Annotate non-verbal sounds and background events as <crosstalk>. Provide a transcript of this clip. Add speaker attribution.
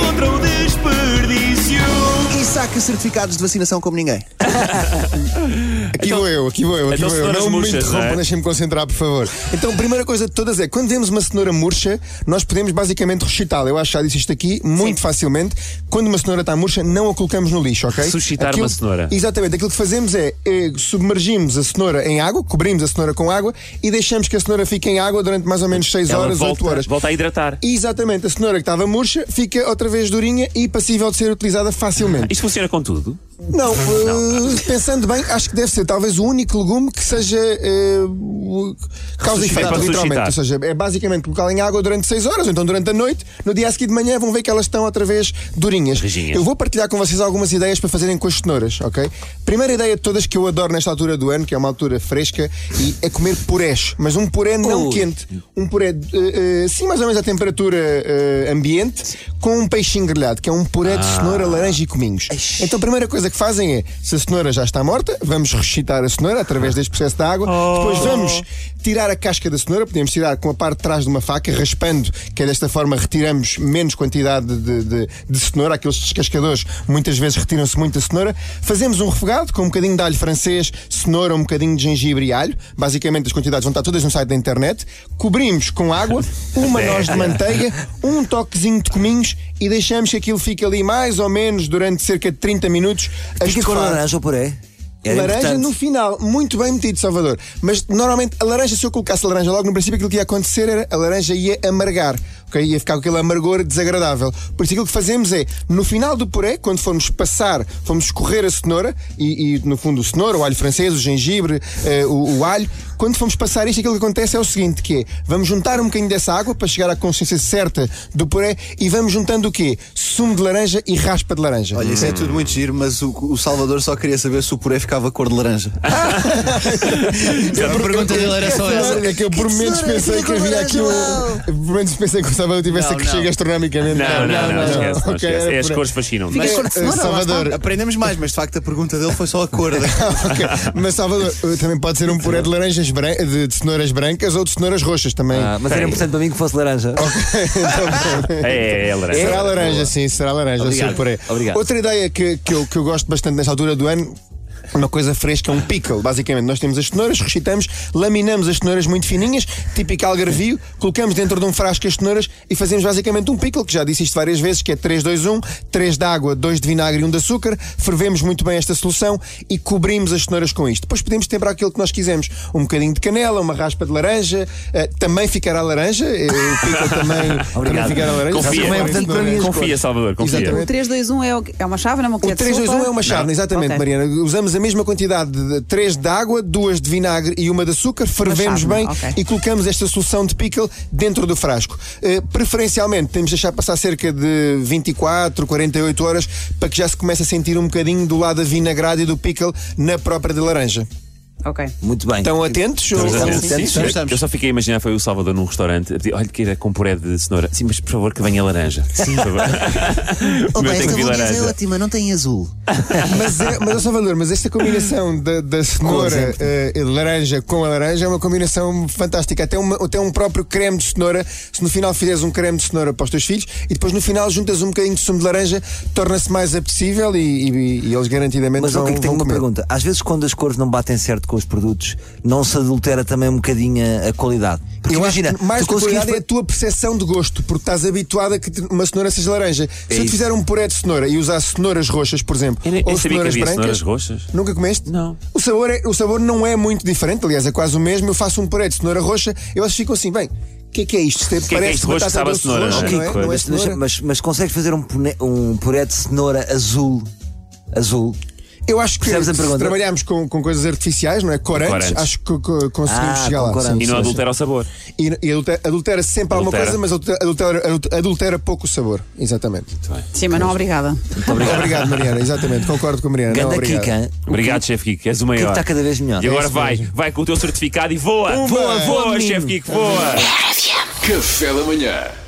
Speaker 1: contra o desperdício.
Speaker 2: e saca certificados de vacinação como ninguém.
Speaker 3: Aqui vou eu, aqui vou eu, aqui
Speaker 4: então
Speaker 3: vou eu.
Speaker 4: cenouras
Speaker 3: Não me
Speaker 4: murchas,
Speaker 3: interrompam,
Speaker 4: não é?
Speaker 3: deixem-me concentrar, por favor. Então, primeira coisa de todas é, quando vemos uma cenoura murcha, nós podemos basicamente ressuscitá-la. Eu acho que já disse isto aqui muito facilmente. Quando uma cenoura está murcha, não a colocamos no lixo, ok?
Speaker 4: Suscitar uma cenoura.
Speaker 3: Exatamente. Aquilo que fazemos é, eh, submergimos a cenoura em água, cobrimos a cenoura com água e deixamos que a cenoura fique em água durante mais ou menos 6
Speaker 4: Ela
Speaker 3: horas,
Speaker 4: volta,
Speaker 3: 8 horas.
Speaker 4: Volta a hidratar.
Speaker 3: Exatamente, a cenoura que estava murcha fica outra vez durinha e passível de ser utilizada facilmente.
Speaker 4: Isto funciona com tudo.
Speaker 3: Não, eh, pensando bem, acho que deve ser talvez o único legume que seja eh, o- causa e
Speaker 4: Ressuscitar.
Speaker 3: efeito,
Speaker 4: Para
Speaker 3: literalmente.
Speaker 4: ressuscitar.
Speaker 3: Ou seja, é basicamente colocá-la em água durante 6 horas, ou então durante a noite, no dia a seguir de manhã vão ver que elas estão outra vez durinhas.
Speaker 4: Rijinhas.
Speaker 3: Eu vou partilhar com vocês algumas ideias para fazerem com as cenouras, ok? Primeira ideia de todas que eu adoro nesta altura do ano, que é uma altura fresca, e é comer purés, mas um puré não
Speaker 4: Ui.
Speaker 3: quente, um puré, eh, eh, sim, mais ou menos à temperatura eh, ambiente, com um peixinho grelhado, que é um puré de cenoura, laranja e cominhos. Então a primeira coisa que fazem é, se a cenoura já está morta, vamos ressuscitar a cenoura através deste processo da água, depois vamos tirar a casca da cenoura, podemos tirar com a parte de trás de uma faca, raspando, que é desta forma retiramos menos quantidade de, de- de cenoura, aqueles descascadores muitas vezes retiram-se muita cenoura, fazemos um refogado com um bocadinho de alho francês, cenoura, um bocadinho de gengibre e alho, basicamente as quantidades vão estar todas no site da internet, cobrimos com água, uma noz de manteiga, um toquezinho de cominhos e deixamos que aquilo fique ali mais ou menos durante cerca de 30 minutos a
Speaker 2: Fica com
Speaker 3: estufar.
Speaker 2: laranja ou puré? Era
Speaker 3: Laranja
Speaker 2: importante.
Speaker 3: no final, muito bem metido, Salvador. Mas normalmente a laranja, se eu colocasse a laranja logo no princípio, aquilo que ia acontecer era a laranja ia amargar, ok? ia ficar com aquele amargor desagradável. Por isso aquilo que fazemos é, no final do puré, quando formos passar, formos escorrer a cenoura, e, e, no fundo o cenoura, o alho francês, o gengibre, eh, o, o alho, quando formos passar isto, aquilo que acontece é o seguinte: que é, vamos juntar um bocadinho dessa água para chegar à consistência certa do puré e vamos juntando o quê? Sumo de laranja e raspa de laranja.
Speaker 5: Olha, isso é tudo muito giro, mas o, o Salvador só queria saber se o puré ficava cor de
Speaker 4: <laughs>
Speaker 5: laranja.
Speaker 3: A pergunta dele era só essa. É que eu por momentos pensei que havia aqui um. Por momentos pensei que o Salvador tivesse a crescer gastronomicamente.
Speaker 4: Não, não, não, esquece, não
Speaker 3: Ok,
Speaker 4: esquece.
Speaker 3: era
Speaker 4: É, As
Speaker 3: por-
Speaker 4: cores fascinam.
Speaker 3: Fica-
Speaker 5: cor de
Speaker 3: eh,
Speaker 5: cenoura, lá
Speaker 3: Salvador. <laughs>
Speaker 5: está. Aprendemos mais, mas de facto a pergunta dele foi só a cor. da-
Speaker 3: Ok, Mas Salvador, eh, também pode ser um puré de laranjas bran- de, de cenouras brancas ou de cenouras roxas também.
Speaker 2: Ah, mas era
Speaker 4: Peraí.
Speaker 2: importante para mim que fosse laranja.
Speaker 4: É, é, é, laranja.
Speaker 3: Será laranja, sim, será laranja,
Speaker 2: Obrigado,
Speaker 3: seu puré.
Speaker 2: obrigado.
Speaker 3: Outra ideia que, que, eu, que eu gosto bastante nesta altura do ano. Uma coisa fresca, um pickle, basicamente. Nós temos as cenouras, recitamos, laminamos as cenouras muito fininhas, típico algarvio, colocamos dentro de um frasco as cenouras e fazemos basicamente um pickle, que já disse isto várias vezes, que é 3, 2, 1, 3 de água, 2 de vinagre e 1 de açúcar. Fervemos muito bem esta solução e cobrimos as cenouras com isto. Depois podemos temperar aquilo que nós quisermos. Um bocadinho de canela, uma raspa de laranja, eh, também ficará laranja, eh, o
Speaker 2: <laughs>
Speaker 3: pickle também, também
Speaker 2: Obrigado.
Speaker 3: ficará laranja.
Speaker 4: Confia.
Speaker 3: Também é importante para mim as
Speaker 4: Confia,
Speaker 3: cores.
Speaker 4: Salvador, confia.
Speaker 3: Exatamente.
Speaker 6: O 3, 2, 1 é, o- é uma chave, não é uma
Speaker 3: O
Speaker 6: colher de
Speaker 3: 3, 2, 1
Speaker 6: sopa?
Speaker 3: é uma chávena, exatamente,
Speaker 6: Ok.
Speaker 3: Mariana. Usamos a mesma quantidade de 3 de água, 2 de vinagre e 1 de açúcar, fervemos
Speaker 6: chávena,
Speaker 3: bem
Speaker 6: ok.
Speaker 3: e colocamos esta solução de pickle dentro do frasco. Eh, preferencialmente, temos de deixar passar cerca de 24, 48 horas para que já se comece a sentir um bocadinho do lado avinagrado e do pickle na própria de laranja.
Speaker 6: Ok.
Speaker 2: Muito bem.
Speaker 3: Estão atentos? Ou-
Speaker 4: Estamos
Speaker 2: Estamos
Speaker 4: atentos.
Speaker 2: atentos,
Speaker 4: Sim, sim. Eu só fiquei a imaginar, foi o Salvador num restaurante a dizer, olha que era com puré de cenoura. Sim, mas por favor que venha laranja. Sim. Por
Speaker 3: <laughs>
Speaker 4: favor. o meu tem que vir
Speaker 3: é
Speaker 4: laranja.
Speaker 2: ótima, não tem azul.
Speaker 3: <laughs> mas, é, mas, ó Salvador, mas esta combinação da, da cenoura eh, e laranja com a laranja é uma combinação fantástica. Até, uma, até um próprio creme de cenoura, se no final fizeres um creme de cenoura para os teus filhos e depois no final juntas um bocadinho de sumo de laranja, torna-se mais apetecível e, e- e eles garantidamente
Speaker 2: Mas
Speaker 3: vão,
Speaker 2: o que é que tenho
Speaker 3: vão
Speaker 2: uma
Speaker 3: comer.
Speaker 2: pergunta? Às vezes, quando as cores não batem certo com os produtos, não se adultera também um bocadinho a, a qualidade. Porque
Speaker 3: Eu
Speaker 2: imagina,
Speaker 3: acho que mais
Speaker 2: tu
Speaker 3: que a qualidade é a
Speaker 2: conseguiste-
Speaker 3: tua percepção de gosto, porque estás habituado a que te- uma cenoura seja laranja. Se eu te
Speaker 2: É isso.
Speaker 3: fizer um puré de cenoura e usar cenouras roxas, por exemplo,
Speaker 4: Eu nem-
Speaker 3: é ou
Speaker 4: eu sabia que
Speaker 3: cenouras
Speaker 4: havia
Speaker 3: brancas,
Speaker 4: cenouras roxas.
Speaker 3: Nunca comeste?
Speaker 4: Não.
Speaker 3: O sabor, é- o sabor não é muito diferente, aliás, é quase o mesmo. Eu faço um puré de cenoura roxa e eles ficam assim, bem, o que é que é isto? Isto é-
Speaker 4: que é que é isto? Roxo sabe a
Speaker 3: doce
Speaker 4: cenoura,
Speaker 3: roxa,
Speaker 4: não é?
Speaker 3: não é?
Speaker 4: Ok,
Speaker 3: Não é
Speaker 2: mas, mas,
Speaker 3: cenoura?
Speaker 2: mas, mas consegues fazer um, pune- um puré de cenoura azul? Azul.
Speaker 3: Eu acho que
Speaker 2: Percebes a
Speaker 3: se
Speaker 2: pergunta?
Speaker 3: trabalharmos com, com coisas artificiais, não é? Corantes,
Speaker 4: Corantes.
Speaker 3: acho que co- conseguimos
Speaker 2: Ah,
Speaker 3: chegar
Speaker 2: com
Speaker 3: lá. sim,
Speaker 2: corantes.
Speaker 4: E não
Speaker 3: sim, sim.
Speaker 4: adultera o sabor.
Speaker 3: E, e adultera, adultera sempre alguma
Speaker 4: Adultera.
Speaker 3: coisa, mas adultera, adultera, adultera pouco o sabor. Exatamente.
Speaker 6: Sim, mas não obrigada.
Speaker 3: Obrigado. Mariana, exatamente, concordo com a Mariana. Não,
Speaker 2: Ganda
Speaker 3: obrigado.
Speaker 2: Kika. hein?
Speaker 4: Obrigado, chefe Kiko, és o
Speaker 2: O que
Speaker 4: maior.
Speaker 2: está cada vez melhor?
Speaker 4: E agora
Speaker 3: É isso
Speaker 4: vai, vai com o teu certificado e voa!
Speaker 3: Uma.
Speaker 4: Voa, voa,
Speaker 3: Uma,
Speaker 4: chefe Kiko, voa!
Speaker 7: Café da manhã.